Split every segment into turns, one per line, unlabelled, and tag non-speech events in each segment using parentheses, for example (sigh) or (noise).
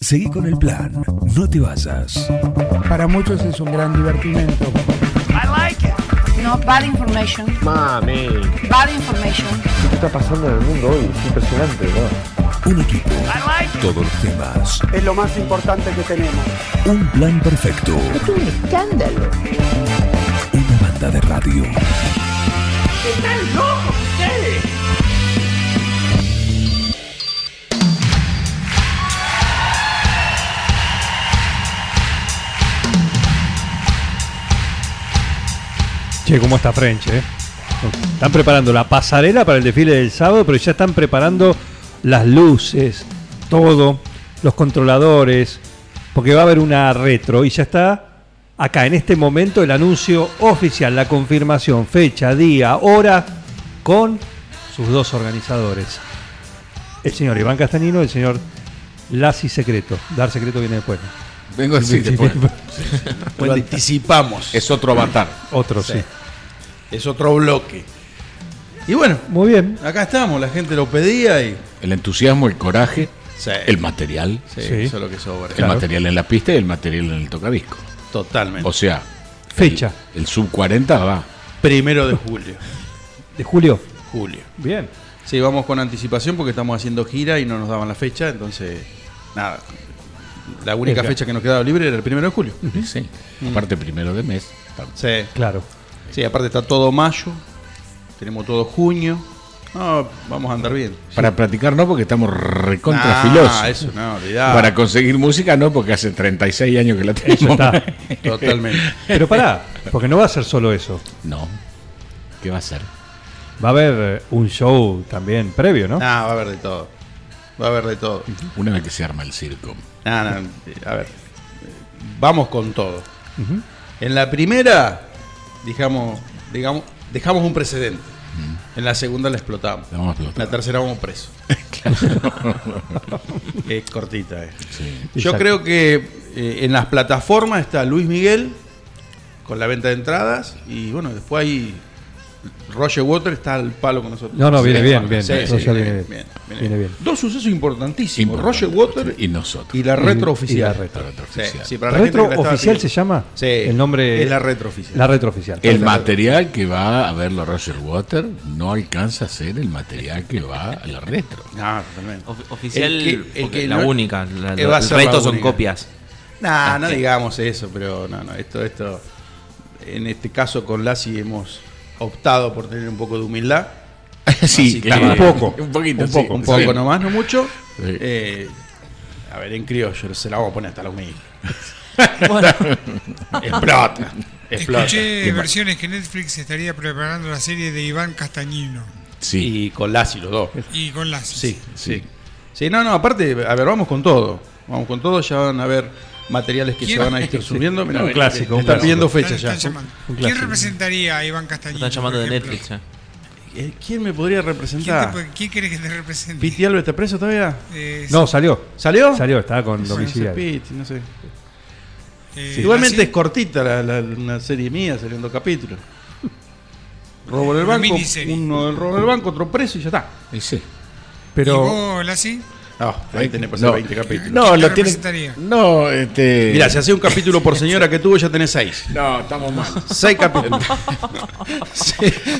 Seguí con el plan, no te vayas.
Para muchos es un gran divertimento.
I like it.
No, bad information.
Mami,
Bad information.
¿qué está pasando en el mundo hoy? Es impresionante, ¿no?
Un equipo,
I like it.
todos los temas,
es lo más importante que tenemos.
un plan perfecto,
Esto es un escándalo.
una banda de radio.
¡Están locos ustedes!
Che, ¿cómo está French, eh? Están preparando la pasarela para el desfile del sábado, pero ya están preparando las luces, todo, los controladores, porque va a haber una retro y ya está acá en este momento el anuncio oficial, la confirmación, fecha, día, hora, con sus dos organizadores. El señor Iván Castanino, el señor Lasi Secreto. Dar Secreto viene después. ¿no?
Vengo así después.
Lo anticipamos.
Es otro avatar.
(laughs) Otro, sí.
Sí. Es otro bloque. Y bueno,
Muy bien.
acá estamos, la gente lo pedía y.
El entusiasmo, el coraje,
Sí.
el material.
Sí,
Sí.
eso es lo que sobra.
El material en la pista y el material en el tocadisco.
Totalmente.
O sea,
Fecha
el sub 40 va.
Primero de julio.
de julio.
Julio.
Bien.
Sí, vamos con anticipación porque estamos haciendo gira y no nos daban la fecha, entonces. Nada. La única
Ejá.
fecha que nos quedaba libre era el primero de julio.
Sí. Aparte, primero de mes. está-
Sí.
Claro.
Sí, aparte está todo mayo. Tenemos todo junio. No, vamos a andar bien.
Para practicar no, porque estamos recontra
Ah,
filosos.
eso no, olvidá. (laughs)
Para conseguir música no, porque hace 36 años que la
Eso
tenemos.
está.
Totalmente. (laughs)
Pero pará, porque no va a ser solo eso.
(laughs) No. ¿Qué va a ser?
Va a haber eh, un show también previo, ¿no?
Nah, va a haber de todo. Va a haber de todo.
Una vez que se arma el circo.
Nah, nah, eh, a ver. eh, Vamos con todo. En la primera, dejamos, digamos, dejamos un precedente. En la segunda la explotamos.
La vamos a
En la
explotar.
tercera vamos preso.
(laughs)
(laughs) es cortita. eh. Yo
Exacto.
creo que eh, en las plataformas está Luis Miguel con la venta de entradas y bueno, después ahí Roger Water está al palo con nosotros.
No, no, viene
Sí,
bien,
sí,
bien.
sí,
Roger
viene
viene
bien,
bien.
viene
Viene
bien.
bien.
Dos sucesos importantísimos,
Importante.
Roger Water
Y nosotros.
y la retro oficial.
y la retro.
La retro
Sí,
oficial.
sí, para la gente
¿Retro
que la estaba
oficial se
pidiendo.
llama?
Sí,
El nombre.
es la retro oficial.
La retro oficial.
El material que va a ver la Roger Water no alcanza a ser el material que va a la retro.
(laughs) Ah, totalmente.
Of- oficial,
El que- el
porque
que
la
no-
única. La,
que va a
el
ser la
resto son
única.
copias.
Nah,
Ah,
no
sí.
digamos eso, pero no, no, esto, esto, en este caso con Lassi hemos optado por tener un poco de humildad,
sí,
que-
claro.
(laughs) Un
poco.
eh, Un poquito,
Un
sí,
poco,
un
sí.
poco nomás, no mucho.
Sí.
Eh, a ver, en criollo, se la vamos a poner hasta la humilde. (laughs) explota, explota.
Escuché versiones que Netflix estaría preparando la serie de Iván Castañino
Sí,
Y con Lassi los dos.
y con las
Sí,
sí.
sí. Sí, no, no, aparte, a ver, vamos con todo. Vamos con todo, ya van a ver materiales que se van a ir subiendo. Mirá,
Un
eh,
clásico, un
Están
clásico.
pidiendo
Están-
fecha ya.
están llamando.
Un
¿Quién
clásico.
representaría a Iván Castañino?
Están llamando
por
de
ejemplo?
Netflix. ya.
Eh, ¿Quién me podría
¿Quién, te
representar?
puede- quién querés que te represente?
¿Piti Alves está preso todavía?
Eh,
No, salió.
¿Salió?
Salió, estaba con
Bueno, no sé,
domicilio.
Piti, no sé.
eh,
Igualmente
Lassi,
es cortita la, la- una serie mía, saliendo capítulos. Robo del
Una
banco,
miniserie.
uno del robo del banco, otro preso y ya está.
Y sí.
¿Y
Pero.
vos, Lassi?
No, ahí tenés para hacer
No.
20 capítulos.
No,
¿Quién te
lo tiene.
representaría?
No, este.
Mira, si hace un capítulo por señora que tuvo, ya tenés 6.
No, estamos
(laughs)
mal.
6 capítulos.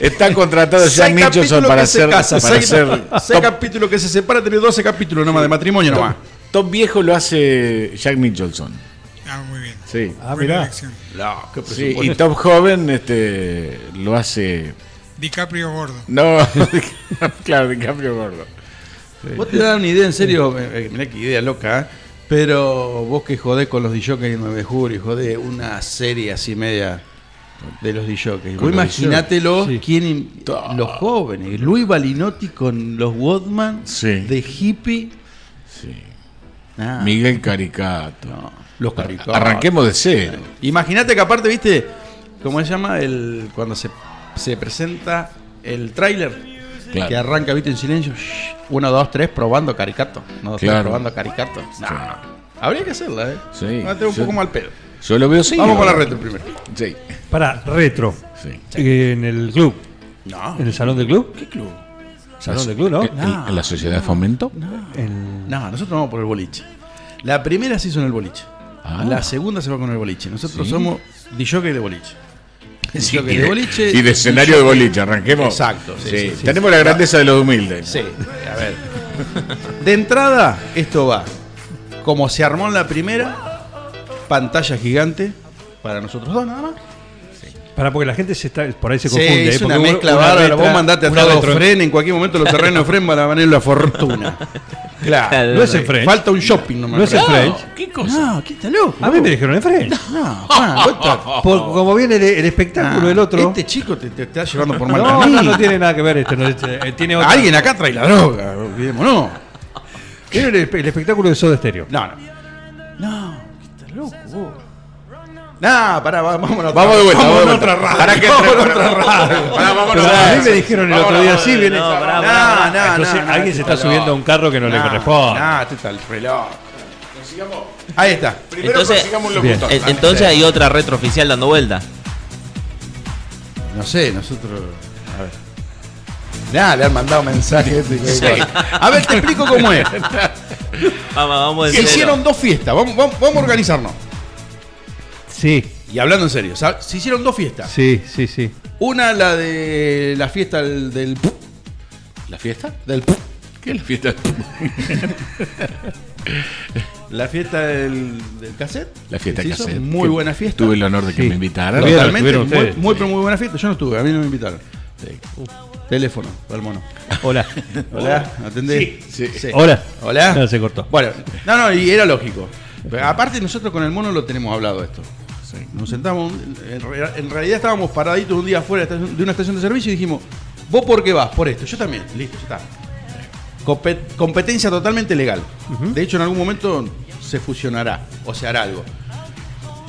Está contratado ya
Seis
Michelson
capítulos
para
que se
hacer.
casa,
para
seis,
hacer
seis
top,
capítulos que se separa, tenés 12 capítulos nomás de matrimonio nomás.
Top viejo lo hace Jack Michelson.
Ah, muy bien.
Sí.
Ah,
Buena
mirá.
elección.
No, qué
Sí, y top joven este, lo hace.
DiCaprio gordo.
No, (laughs) claro, DiCaprio Gordo.
Vos te dan una idea, en serio, eh, eh, mirá qué idea loca, ¿eh? pero vos que jodés con los DJs 9 de julio, y jodés una serie así media de los DJs. Vos
los
imaginátelo,
Sí.
quién in- los jóvenes, Luis Balinotti con los Woodman
Sí.
de hippie.
Sí.
Nah,
Miguel Caricato.
no, los caricatos.
Arranquemos de cero.
Imagínate que aparte, viste, ¿cómo se llama? el Cuando se, se presenta el tráiler.
Claro.
Que arranca, viste, en silencio. shh, Uno, dos, tres, probando caricato. Uno, dos, tres,
Claro.
probando caricato. No, Habría que hacerla, ¿eh?
Sí,
Va a tener un
yo-
poco mal pedo.
Yo lo veo sí.
Vamos
con
con la retro primero.
Sí.
Para, retro.
sí.
En el club.
No.
¿En el salón del club? ¿Qué club? Salón del club, ¿no?
Eh, ¿En, en la sociedad de fomento?
El-
No, nosotros vamos por el boliche. La primera se hizo en el boliche.
Ah.
La segunda se va con el boliche. Nosotros
Sí.
somos dishockey de boliche. Dishockey
y, de, y de escenario de
dishockey-
boliche, arranquemos.
Exacto, sí, sí, sí.
Tenemos la grandeza de los humildes.
Sí, a ver. (laughs) De entrada, esto va. Como se armó en la primera, pantalla gigante para nosotros dos nada más.
Para porque la gente se está, por ahí se
Sí,
confunde. ¿eh?
es una
Porque uno-
mezcla
una
bárbara.
letra-
Vos mandate a
una
todos
letra-
Fren, en cualquier momento los
(laughs)
terrenos Fren van a valer la fortuna. Claro.
No es en French.
Falta un shopping nomás.
No es en
Fren.
French.
¿Qué cosa?
No, ¿qué está loco?
A mí me dijeron en French.
No, Juan, vos
(laughs)
estás-
Por- como viene el, el espectáculo del otro.
Este chico te, te está llevando por mal
no,
camino.
no, no tiene nada que ver este. no, este, eh, tiene otra-
Alguien acá trae la droga, olvidémonos.
Tiene el, el espectáculo de Soda Stereo.
No, no. No, ¿qué estás loco vos? Nah, pará, va- vámonos. a otra-
Vamos de vuelta,
vámonos
vamos
a otra radio.
Para que
vámonos a
entre-
otra radio.
Pará, vámonos
Pero
a otra
a mí
radio.
me dijeron el
Vámonos
otro
a
día,
otra
sí,
radio.
viene.
No, pará,
No,
pará.
no, no,
Entonces
no,
alguien
no,
se está
no.
subiendo a un carro que no le
Nah,
corresponde.
nah, este está el reloj. Ahí está.
Primero
Entonces-
consigamos un
Bien.
locutor.
En- Entonces hay otra retro oficial dando vuelta.
No sé, nosotros. A ver. Nah, le han mandado mensajes. A ver, te explico cómo
(laughs)
es.
Vamos, vamos de
Se
cero.
hicieron dos fiestas. Vamos, vamos, vamos a organizarnos.
Sí,
Y hablando en serio, ¿sabes? se hicieron dos fiestas.
sí, sí, sí.
Una, la de la fiesta del. del pu-
¿La fiesta?
del pu-
¿Qué es la fiesta?
la fiesta del, del cassette.
La fiesta
Se
que
hizo,
hace.
Muy buena fiesta.
Tuve el honor de que
Sí.
me invitaran.
Tuvieron,
Totalmente.
tuvieron
Muy,
ustedes.
muy, pero muy buena fiesta. Yo no estuve, a mí no me invitaron.
Sí.
Teléfono, para el mono.
(laughs)
Hola.
Hola, ¿atendés?
Sí, sí.
Hola.
Hola.
No, se cortó.
Bueno, no, no, y era lógico. Pero aparte, nosotros con el mono lo tenemos hablado esto. Nos sentamos, en, re- en realidad estábamos paraditos un día afuera de estación- de una estación de servicio y dijimos, ¿vos por qué vas? Por esto. Yo también, listo, ya está. Compe- competencia totalmente legal. De hecho, en algún momento se fusionará o se hará algo.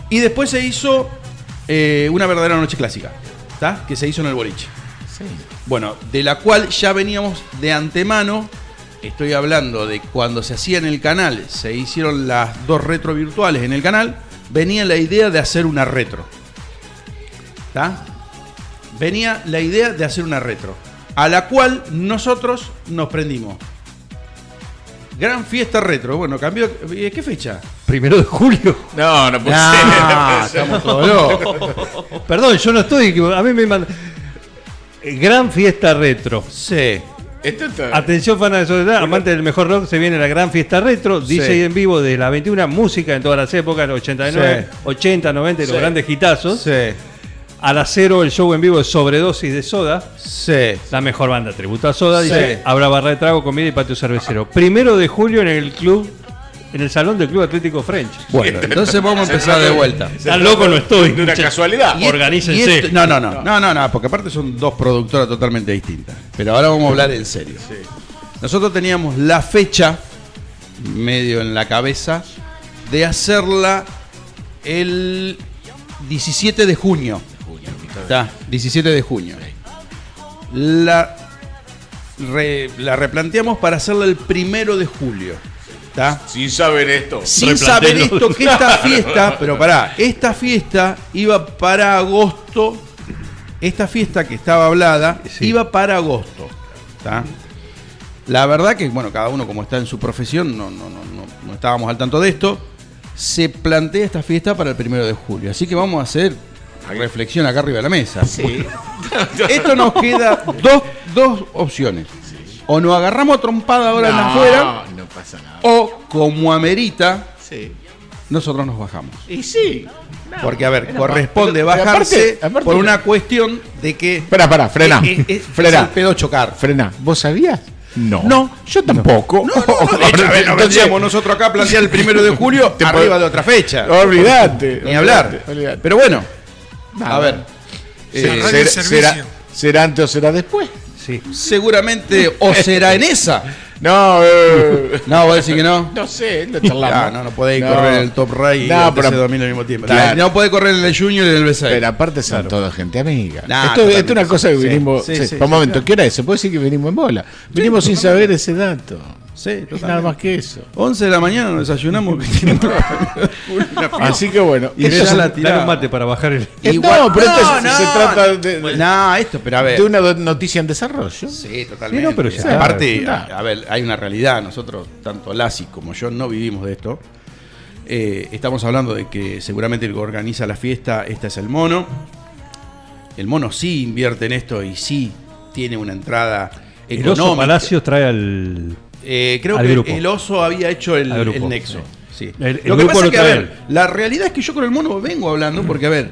Y después se hizo eh, una verdadera noche clásica, ¿está? Que se hizo en el boliche. Bueno, de la cual ya veníamos de antemano. Estoy hablando de cuando se hacía en el canal, se hicieron las dos retro virtuales en el canal, venía la idea de hacer una retro. ¿Está? Venía la idea de hacer una retro, a la cual nosotros nos prendimos. Gran fiesta retro, bueno, cambió. eh, ¿Qué (laughs) fecha?
Primero de julio.
No, no puede
(laughs) Ah,
ser.
estamos todos locos.
Perdón, yo no estoy. A mí me mandan. Eh, Gran fiesta retro.
Sí.
Esto está-
Atención, fanas de Soledad, amantes del mejor rock, se viene la gran fiesta retro, DJ en vivo de la 21, música en todas las épocas, 89, 80, 90, y los grandes hitazos.
Sí.
A las 0 el show en vivo de Sobredosis de Soda,
Sí.
la mejor banda tributo a Soda,
Sí.
dice, habrá barra de trago, comida y patio cervecero. Primero de julio en el club, en el salón del Club Atlético French.
Bueno, entonces vamos a empezar de vuelta.
Tan loco no estoy.
de una casualidad.
Y esto-
Organícense.
y esto- no, no, no, no, no, no, porque aparte son dos productoras totalmente distintas. Pero ahora vamos a hablar en serio. Nosotros teníamos la fecha, medio en la cabeza, de hacerla el 17 de junio. Está, 17 de junio. La, re- la replanteamos para hacerla el primero de julio. ¿Está?
Sin saber esto.
sin saber esto que esta fiesta, pero pará, esta fiesta iba para agosto, esta fiesta que estaba hablada
Sí.
iba para agosto. ¿tá? La verdad que, bueno, cada uno como está en su profesión, no, no, no, no, no estábamos al tanto de esto, se plantea esta fiesta para el primero de julio. Así que vamos a hacer reflexión acá arriba de la mesa. (laughs) Esto nos queda dos, dos opciones. O nos agarramos a trompada ahora en afuera,
No pasa nada.
o como amerita,
Sí.
nosotros nos bajamos.
Y sí.
Porque, a ver, corresponde bajarse por una cuestión de que.
Espera, espera, frena.
es- es- es
frena.
el pedo chocar.
Frena. ¿Vos sabías? No.
No.
yo tampoco.
No, no, (laughs) no,
(laughs)
de hecho, a ver, no
Entonces,
vendríamos nosotros acá a plantear el primero de julio
Te
arriba
pod-
de otra fecha.
Olvídate.
Ni hablar.
olvídate.
Pero bueno, a ver,
Eh,
Cerrar el
será-
servicio.
será, será antes o será después.
Sí.
seguramente o será en esa.
No, eh, (laughs)
No, vos decís que no.
no sé, lo charlamos.
Ah, no, no podés correr en el top right y
No,
el
pero-
TC 2000 al mismo tiempo.
Claro.
No podés correr en el junior y en el B6.
Pero aparte son toda gente amiga.
Nah,
esto, esto es
totalmente.
una cosa que
Sí,
vinimos.
sí,
sí,
sí,
por un
sí,
momento,
claro.
¿qué hora es? Se puede decir que vinimos en bola. Vinimos sin saber ese dato.
sí, totalmente.
Nada más que eso.
11 de la mañana nos
(laughs)
desayunamos. que tenemos una fiesta.
Así que bueno.
Y
eso
ya
es-
la
Dar
tirá.
un mate para bajar el.
Eh,
Igual-
no, pero esto
No,
se-
no.
se trata de, de-
No, esto, pero a ver.
de una do- noticia en desarrollo.
Sí, totalmente.
Sí, no, pero ya está.
Aparte,
Está.
a, a ver, hay una realidad. Nosotros, tanto Lassi como yo, no vivimos de esto. eh, estamos hablando de que seguramente el que organiza la fiesta, esta es el mono. El mono sí invierte en esto y sí tiene una entrada
El oso
económica.
Palacios trae al.
Eh, creo
al
que
grupo.
el oso había hecho el,
Al grupo,
el nexo.
sí.
sí.
El- el
lo que
grupo
pasa
lo
es que, a
trae
ver, la realidad es que yo con el mono vengo hablando porque, a ver,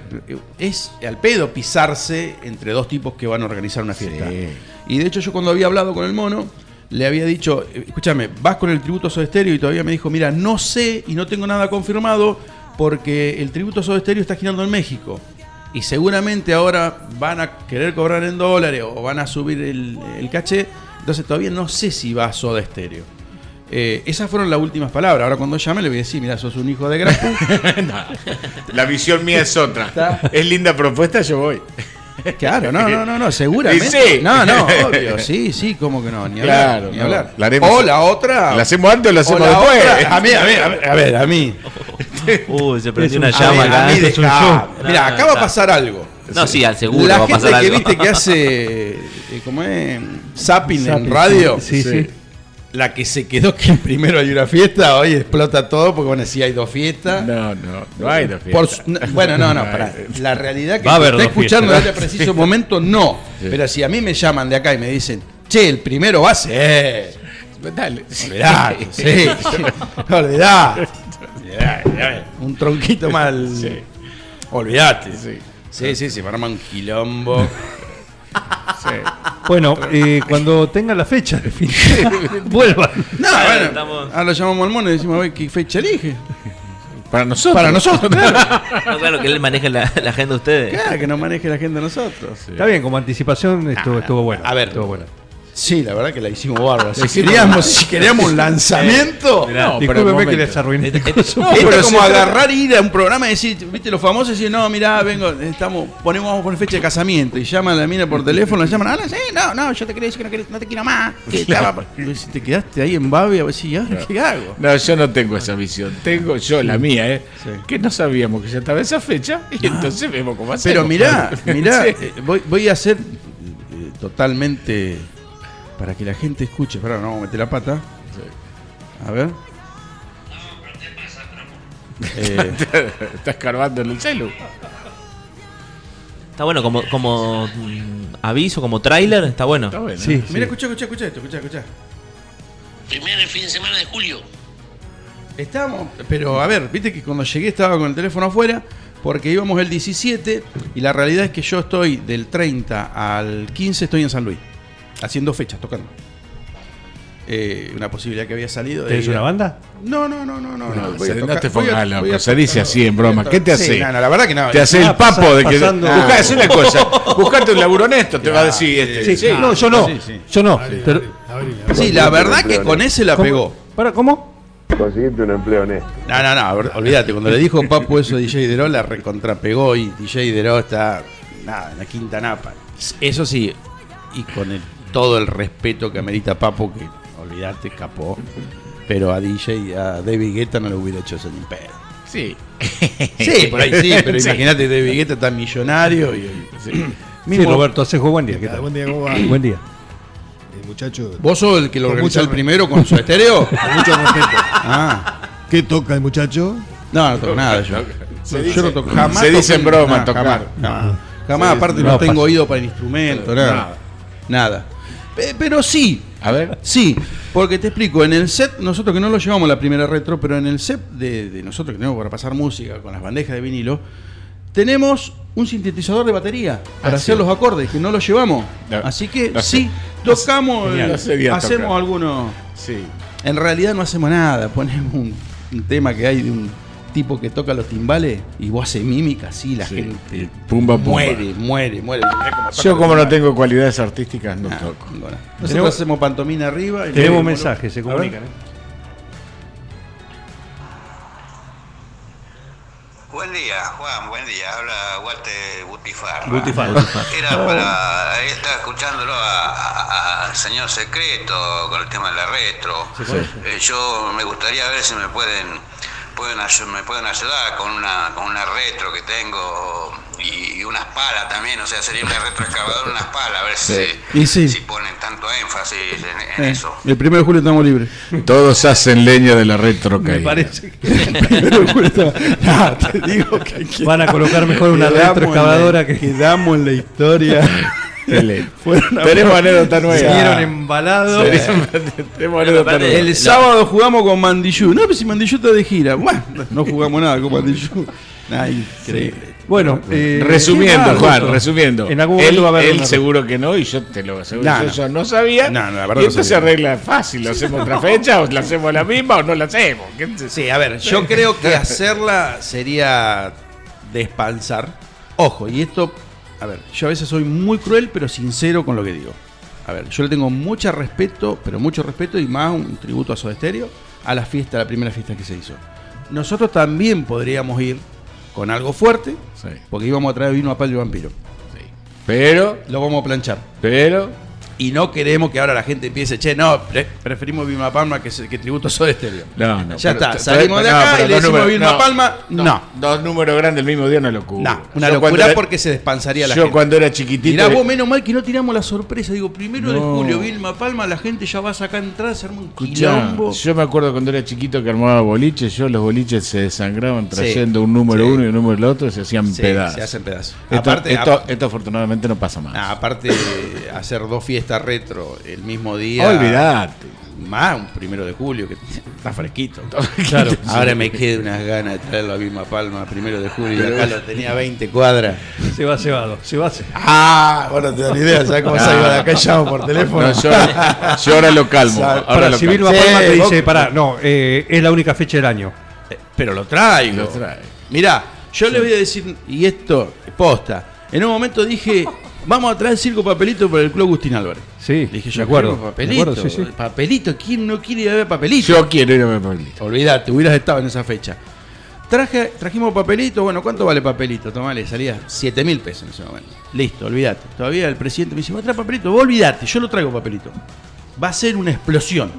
es al pedo pisarse entre dos tipos que van a organizar una fiesta. Y de hecho, yo cuando había hablado con el mono, le había dicho, eh, escúchame, vas con el tributo Soda Stereo y todavía me dijo, mira, no sé y no tengo nada confirmado porque el tributo Soda Stereo está girando en México. Y seguramente ahora van a querer cobrar en dólares o van a subir el, el caché. Entonces todavía no sé si va Soda Stereo. Eh, esas fueron las últimas palabras. Ahora cuando llame le voy a decir, mira, sos un hijo
(laughs)
de gran puta".
La visión mía es otra. Es linda propuesta, yo voy.
Claro, no, no, no, no, seguramente.
Y sí.
No,
(laughs)
no, obvio, sí, sí, cómo que no, ni hablar,
Claro,
ni
no.
hablar.
La haremos-
o la otra.
¿La hacemos antes o la hacemos
Ah. la
después? (laughs)
otra- a mí, a mí, a ver, a ver, a mí.
Uy, se
Es
prendió
un-
una
a
llama
ver,
acá.
a mí
Este es un
dejá.
show.
Mirá,
No,
acá va a
está.
pasar algo.
No, sí, al seguro
La
va a
gente
pasar
que
algo.
viste que hace, eh, ¿cómo es? Zapping,
Zapping,
en radio.
sí, sí, sí.
La que se quedó que primero hay una fiesta, hoy explota todo porque bueno, si hay dos fiestas.
No, no, no hay dos
Por
fiestas.
su- no, bueno, no,
(laughs)
no,
No
pará.
hay.
La realidad que
Va a haber
está
dos
escuchando en
fiestas.
este preciso momento, no. Pero si a mí me llaman de acá y me dicen, che, el primero va a ser.
Dale.
Olvidá,
(laughs)
sí. Olvidá. Un tronquito mal. Olvidate. Sí. sí, sí, se me arma un
(laughs)
quilombo.
Bueno, eh, cuando tenga la fecha, (laughs) de fin, vuelvan.
No, bueno, ahora lo llamamos al mono y decimos, a ver, ¿qué fecha elige?
Para nosotros.
Para nosotros, claro.
(laughs) No, claro, que él maneja la, la agenda de ustedes.
Claro, que nos maneje la gente a nosotros.
Está bien, como anticipación estuvo, estuvo bueno.
A ver.
estuvo bueno.
Sí, la verdad que la hicimos bárbara. Si
La hicimos
queríamos,
bárbara.
si queríamos un lanzamiento.
No,
pero un
Discúlpeme que
momento.
les arruiné.
Este-
el
(laughs)
coso.
Esto
pero
es como
si-
agarrar y ir a un programa y decir, viste, los famosos dicen, no, mirá, vengo, estamos, ponemos, vamos a poner fecha de casamiento. Y llaman a la mina por teléfono, la llaman, ah, no, sí, no, no, yo te quería decir que no, quería- no te
(laughs)
quiero más. que estaba- Y vos decís, te quedaste ahí en Babi, a ver si, ahora qué hago.
No, yo no tengo esa visión. Tengo yo, la mía, ¿eh? Que no sabíamos que ya estaba esa fecha y entonces vemos cómo hacemos.
Ah.
(laughs)
Pero mirá,
claro.
(laughs) mirá,
Sí.
eh, voy, voy a hacer eh, totalmente para que la gente escuche. Pará, no vamos a meter la pata. A ver. Eh,
Estás carbando en el celu.
Está bueno, como, como mm, aviso, como tráiler, está bueno.
Está bueno.
Sí,
Mira,
sí.
escucha, escucha, escucha esto, escucha, escucha.
Primer fin de semana de julio.
Estábamos, pero a ver, viste que cuando llegué estaba con el teléfono afuera porque íbamos el 17 y la realidad es que yo estoy del 30 al 15 estoy en San Luis, haciendo fechas, tocando. Eh, una posibilidad que había salido. de
¿Tenés
ir
una
a-
banda?
No, no, no, no, no. no,
No,
voy a
Ah, no
tocar-
te
voy a-
pongas la
voy a
dice
tocar-
así en broma. ¿Qué te
Sí,
hace?
no, no, la verdad que no. eh,
Te hace el
Ah,
papo
pasa-
de que.
pasando-
Buscá, hacé la cosa. Buscate un laburo honesto, te va a decir este.
Sí,
Sí.
no, yo no.
Ah. sí, sí.
Yo no. Pero-
Sí, la verdad que con ese la
¿cómo?
pegó.
¿Para cómo?
Conseguiste un empleo honesto.
No, no, no, olvídate, cuando le dijo Papu eso a DJ Deró, la recontrapegó y DJ Deró está nada, en la quinta napa. Eso sí, y con el- todo el respeto que amerita Papu, que olvídate, escapó. Pero a DJ, a David Guetta no le hubiera hecho eso ni en pedo. (laughs)
Sí.
Sí, por ahí sí, (laughs) pero imagínate, David Guetta tan millonario. Y, (clears throat)
Sí, Roberto, haces buen día. ¿qué tal?
Buen día, ¿cómo va?
Buen día.
Eh, muchacho,
¿Vos sos el que lo
Con
organizó
mucho
el primero con su estéreo?
(laughs) con mucho respeto.
Ah,
¿Qué toca el muchacho?
no, no
(laughs)
toco nada yo.
Se
yo
dice-
no toco jamás.
se dice
toqué-
en broma
no,
tocar.
Jamás, jamás. Jamás, aparte no,
no,
tengo
pasa.
oído para el instrumento, nada. Nada. Pe- Pero sí,
A ver.
sí, porque te explico, en el set, nosotros que no lo llevamos la primera retro, pero en el set de, de nosotros que tenemos para pasar música con las bandejas de vinilo, tenemos un sintetizador de batería para
Ah,
hacer
sí.
los acordes, que no los llevamos.
No,
Así que
no sé.
sí, tocamos,
Genial,
eh,
no sería
hacemos
tocar.
algunos...
Sí.
En realidad no hacemos nada, (laughs) ponemos un, un tema que hay de un tipo que toca los timbales y vos haces mímica así, la
Sí. Y
gente
pumba, pumba.
muere, muere, muere. Mirá cómo toca
Yo, como
los
no tengo cualidades artísticas, no
timbales.
toco.
(laughs) Ninguna. Nosotros
Tenemos-
hacemos pantomina arriba. y
Tenemos
luego-
mensajes, se
A ver.
comunican. ¿eh?
Buen día, Juan, buen día. Habla Walter Butifar.
Butifar.
Era para. Ahí estaba escuchándolo a- a- a- al señor secreto con el tema de la retro. Eh, yo me gustaría ver si me pueden, pueden ayu- me pueden ayudar con una, con una retro que tengo y, y unas palas también, o sea, sería una retroexcavadora, unas palas, a ver si,
Sí. Y sí.
si ponen tanto énfasis en, en
Eh,
eso.
El 1 de julio estamos libres.
Todos hacen leña de la retrocaída.
¿eh?
(laughs)
Me parece que el primero de julio estamos- (laughs) Nah, te digo que aquí-
Van a colocar mejor una
Quedamos
retroexcavadora
en la- Quedamos en la historia. Fueron a-
Tenemos anécdota nueva. (laughs)
Siguieron embalados.
Sí.
Tenemos
Pero
anécdota
aparte,
nueva.
la-
El sábado jugamos con Mandillú. No, pero si Mandillú está de gira. Bueno, no jugamos nada con Mandillú. Nah, increíble.
Bueno, eh,
resumiendo,
qué
Juan,
bárbaro.
resumiendo.
En algún momento
él,
va a haber
él
una-
seguro que no, y yo te lo aseguro.
No,
yo
no.
eso no sabía.
No, no, la verdad
y
no
esto se
sabía.
arregla fácil. ¿Lo hacemos
(laughs)
otra fecha? ¿O la hacemos la misma o no la hacemos?
Sí, a ver, yo creo que hacerla sería despansar. Ojo, y esto, a ver, yo a veces soy muy cruel, pero sincero con lo que digo. A ver, yo le tengo mucho respeto, pero mucho respeto y más un tributo a Soda Stereo, a la fiesta, a la primera fiesta que se hizo. Nosotros también podríamos ir con algo fuerte, porque íbamos a traer vino a Palio Vampiro.
Pero
lo vamos a planchar.
Pero
y no queremos que ahora la gente empiece, che, no, pre- preferimos Vilma Palma que, se- que tributo a Soda Stereo.
No, no.
Ya
Pero-
está,
pero-
salimos de
no,
acá
pero
y le
dos
decimos a
números,
Vilma
no,
Palma. No.
Dos números grandes el mismo día, una locura.
Nah, una
Yo
locura
cuando era-
porque se despansaría la
Yo
gente.
cuando era chiquitito.
Mirá vos, menos mal que no tiramos la sorpresa. Digo, primero de
No.
julio, Vilma Palma, la gente ya va a sacar entradas, se arma un
Escuchá,
quilombo.
yo me acuerdo cuando era chiquito que armaba boliches, yo los boliches se desangraban
Sí,
trayendo un número
sí.
uno y un número el otro y se hacían
Sí,
pedazos.
se hacen pedazos.
Esto,
Aparte,
esto-
ap-
esto afortunadamente no pasa más. Ah,
Nah, aparte, eh, hacer dos fiestas retro el mismo día.
Olvidate.
Más un primero de julio, que está fresquito.
Claro.
Ahora me quedan unas ganas de traerlo a Vilma Palma primero de julio. y
Pero-
acá lo tenía 20 cuadras.
Se va cebado, se va cebado.
Ah, bueno, te dan idea, ¿sabes cómo salgo de acá llamo por teléfono?
No, yo, yo ahora lo calmo.
(laughs) Sa-
ahora
Ahora,
lo
si
calmo.
Vilma Palma te dice, pará, no, eh, es la única fecha del año.
Eh, Pero lo traigo. Mirá, yo les voy a decir, y esto, posta. En un momento dije, vamos a traer circo papelito por el club Agustín Álvarez.
Sí,
dije,
de
yo
acuerdo,
quiero
de
Papelito,
acuerdo, sí, sí.
papelito, ¿quién no quiere ir a ver papelito?
Yo quiero ir a ver papelito.
Olvídate, hubieras estado en esa fecha. Traje, trajimos papelito, bueno, ¿cuánto vale papelito? Tomale, salía 7 mil pesos en ese momento. Listo, olvídate. Todavía el presidente me dice, ¿va a traer papelito? Vos olvídate, yo lo traigo papelito. Va a ser una explosión.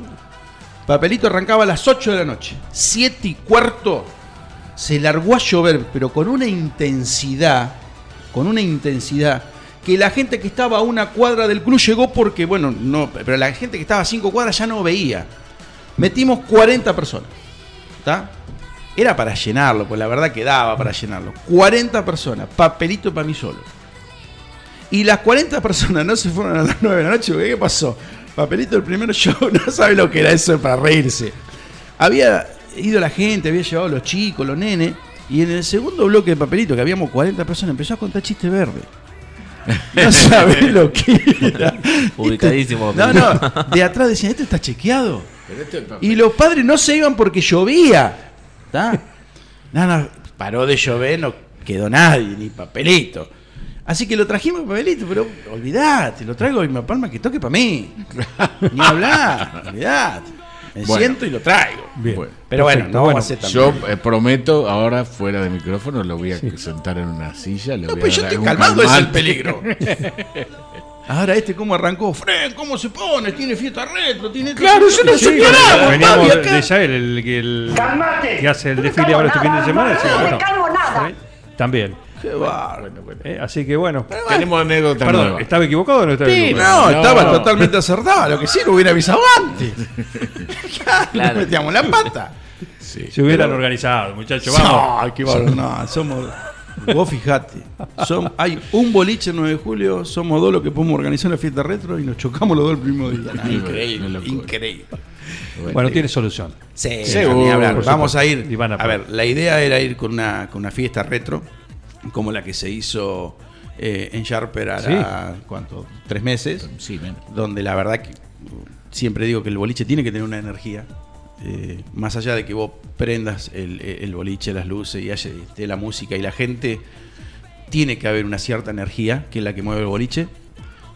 Papelito arrancaba a las 8 de la noche. 7 y cuarto se largó a llover, pero con una intensidad, con una intensidad, que la gente que estaba a una cuadra del club llegó porque, bueno, no, pero la gente que estaba a cinco cuadras ya no veía. Metimos 40 personas. ¿Está? Era para llenarlo, pues la verdad que daba para llenarlo. 40 personas, papelito para mí solo. Y las 40 personas no se fueron a las 9 de la noche, porque ¿qué pasó? Papelito el (laughs) primer show, no sabe lo que era eso para reírse. Había ido la gente, había llevado los chicos, los nenes, y en el segundo bloque de papelito, que habíamos 40 personas, empezó a contar chiste verde. No sabés lo que era.
Ubicadísimo,
No,
Papelito. (laughs)
no, de atrás decían, esto está chequeado.
Pero esto es papel-
Y los padres no se iban porque llovía. ¿Está? No, no, paró de llover, no quedó nadie, ni papelito. Así que lo trajimos papelito, pero olvidate, lo traigo a mi palma que toque para mí. Ni hablar, olvidate. Me
Bueno.
siento y lo traigo.
Bien.
Pero bueno,
Perfecto.
no vamos a hacer tan
Yo eh, prometo, ahora fuera de micrófono, lo voy a sentar en una silla. Le
No,
voy
pues
a
yo
dar
estoy
algún
calmando, es el
calmante.
peligro. (laughs) Ahora este cómo arrancó, Fren, ¿cómo se pone? Tiene fiesta retro, tiene esto,
Claro,
tiene
yo no
esto".
sé qué era,
Veníamos
Veníamos
de-
de Yael, el, que el-
¡Calmate!
que hace el
No me
desfile
calmo
ahora este fin de
nada,
semana.
no
así que,
me
bueno,
calmo nada.
¿eh? También.
Qué bárbaro.
¿eh? Así que bueno.
Tenemos anécdota
Perdón,
nueva.
¿estaba equivocado o no estaba
Sí,
equivocado?
no, estaba totalmente acertada. Lo que sí, lo hubiera avisado (laughs) antes. claro.
Claro.
Nos metíamos la pata.
Se hubieran organizado, muchachos, vamos.
No, qué bárbaro, no, somos. Vos fijate, son- hay un boliche el 9 de julio, somos dos los que podemos organizar la fiesta retro y nos chocamos los dos el mismo día.
Una
increíble, increíble.
Bueno, tiene solución.
Sí,
Seguro,
ni hablar.
por
Vamos
supuesto.
a ir.
Y van
a,
a-
ver, la idea era ir con una, con una fiesta retro, como la que se hizo eh, en Sharper hará, ¿cuánto? ¿Tres meses? Donde la verdad que uh, siempre digo que el boliche tiene que tener una energía. eh, más allá de que vos prendas el, el boliche, las luces y haya esté la música y la gente, tiene que haber una cierta energía que es la que mueve el boliche.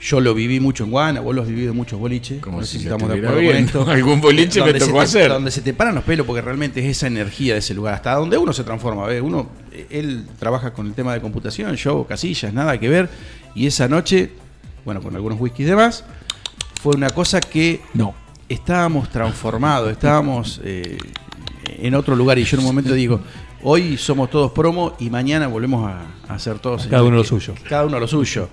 Yo lo viví mucho en Guana, vos lo has vivido en muchos boliches.
Como
no
si
sé si
se
estamos de
estuviera
acuerdo
viendo.
con esto.
Algún boliche me
Donde se
tocó
te-
hacer.
donde se te paran los pelos porque realmente es esa energía de ese lugar, hasta donde uno se transforma. ¿ves? Uno, eh, él trabaja con el tema de computación, yo, casillas, nada que ver. Y esa noche, bueno, con algunos whiskies de más, fue una cosa que
No.
estábamos transformados, estábamos eh, en otro lugar. Y yo en un momento digo, hoy somos todos promo y mañana volvemos a, a ser todos.
Cada uno lo suyo.
Cada uno lo suyo.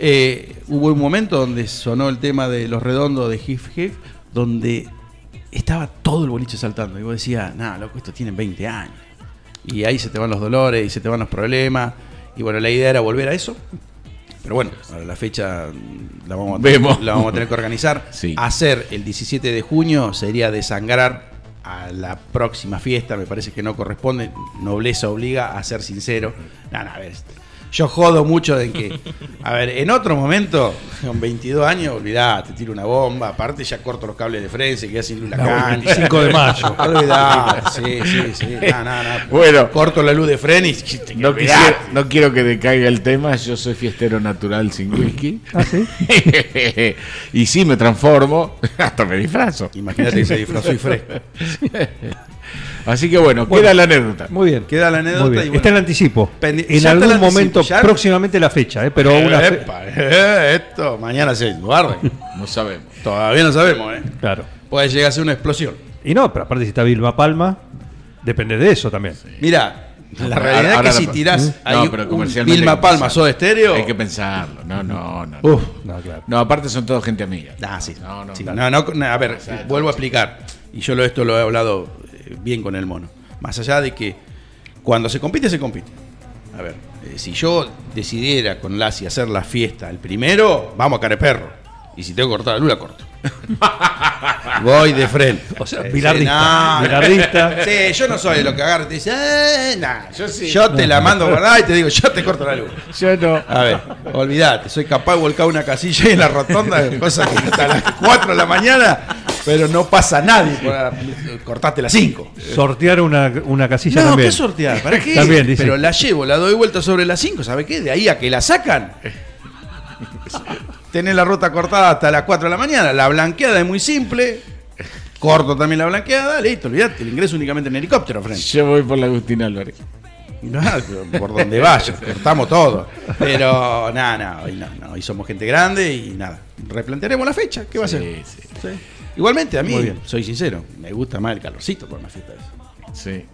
Eh, hubo un momento donde sonó el tema de los redondos de Hif Hif, donde estaba todo el boliche saltando. Y vos decías, nada, loco, estos tienen 20 años. Y ahí se te van los dolores y se te van los problemas. Y bueno, la idea era volver a eso. Pero bueno, ahora la fecha la vamos a,
Vemos.
La vamos a tener que organizar.
Sí.
Hacer el 17 de junio sería desangrar a la próxima fiesta. Me parece que no corresponde. Nobleza obliga a ser sincero. Nada, a ver. este, Yo jodo mucho de que. A ver, en otro momento, con 22 años, olvidá, te tiro una bomba. Aparte, ya corto los cables de frente, se queda sin luz la
La
cancha.
25 de
(laughs)
mayo.
Olvidá, sí, sí, sí. Nada, nada,
Bueno.
Corto la luz de freno y te
No,
olvidate.
quisiera- no quiero que decaiga el tema, yo soy fiestero natural sin whisky.
¿Ah, sí?
(laughs) y sí, me transformo, (laughs) hasta me disfrazo.
Imagínate que se disfrazó y fresco.
Así que bueno,
Bueno,
queda la anécdota.
Muy bien.
Queda la
Muy
anécdota
bien.
y bueno.
Está en anticipo.
Pendi-
en
ya está
algún
el anticipo,
momento,
ya-
próximamente la fecha, ¿eh? pero una fe-
Epa, eh, esto mañana se guarden.
No sabemos.
Todavía no sabemos, ¿eh?
Claro.
Puede llegar a ser una explosión.
Y no, pero aparte si está Vilma Palma, depende de eso también.
Mira, la
Ahora-
realidad
ahora
es que si
la- ¿Mm?
tirás hay
No, pero
un
comercialmente hay
Vilma
que
Palma,
pensarlo.
Soda Estéreo.
Hay que pensarlo. No, no, no.
Uf, no, claro.
No, aparte son todos gente amiga.
Ah, sí.
No, no,
Sí,
no.
no, no, no, a ver, eh, vuelvo a explicar. Y yo lo, esto lo he hablado eh, bien con el mono. Más allá de que cuando se compite, se compite. A ver, eh, si yo decidiera con Lassi hacer la fiesta el primero, vamos a careperro. Y si tengo que cortar la luz,
(laughs)
la corto. Voy de frente.
O sea,
Eh,
bilardista,
sí, no, no.
bilardista.
(laughs) Sí, yo no soy de los que agarra y te dice, eh, nah, yo,
Yo sí.
te la mando a guardar y te digo, yo te corto la luz.
Yo no.
A ver, olvídate, soy capaz de volcar una casilla en la rotonda,
(laughs)
cosa que hasta las 4 de la mañana, pero no pasa nadie. por la- Cortaste las 5.
Sortear una, una casilla
No,
también.
¿qué sortear? ¿Para qué?
También, dice.
Pero la llevo, la doy vuelta sobre las 5, ¿sabe qué? De ahí a que la sacan. Tenés la ruta cortada hasta las 4 de la mañana. La blanqueada es muy simple. Corto también la blanqueada, listo, olvídate, el ingreso únicamente en helicóptero, Fren.
Yo voy por la Agustina Álvarez.
No, pero por donde vaya, cortamos todo. Pero nada, nada, hoy no, no, hoy somos gente grande y nada. Replantearemos la fecha, ¿qué va a ser?
Sí, sí,
Sí. Igualmente, a mí,
Muy bien.
soy sincero, me gusta más el calorcito por una fiesta. de esas.
sí.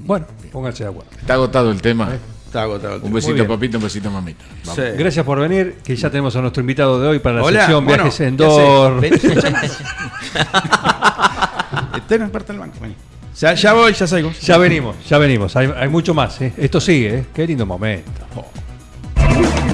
Bueno, pónganse de acuerdo.
Está agotado el tema.
Está agotado. el
Un
tiempo.
besito
bien.
papito, un besito mamita. Vamos.
Sí.
Gracias por venir, que ya tenemos a nuestro invitado de hoy para la
Hola,
sección
bueno,
Viajes en
¿qué haces?
Dor.
Vení, escuchame. Ten en parte del banco, vení. Ya, ya voy, ya salgo.
Ya venimos, ya venimos. Hay, hay mucho más. ¿eh? Esto sigue, ¿eh? qué lindo momento.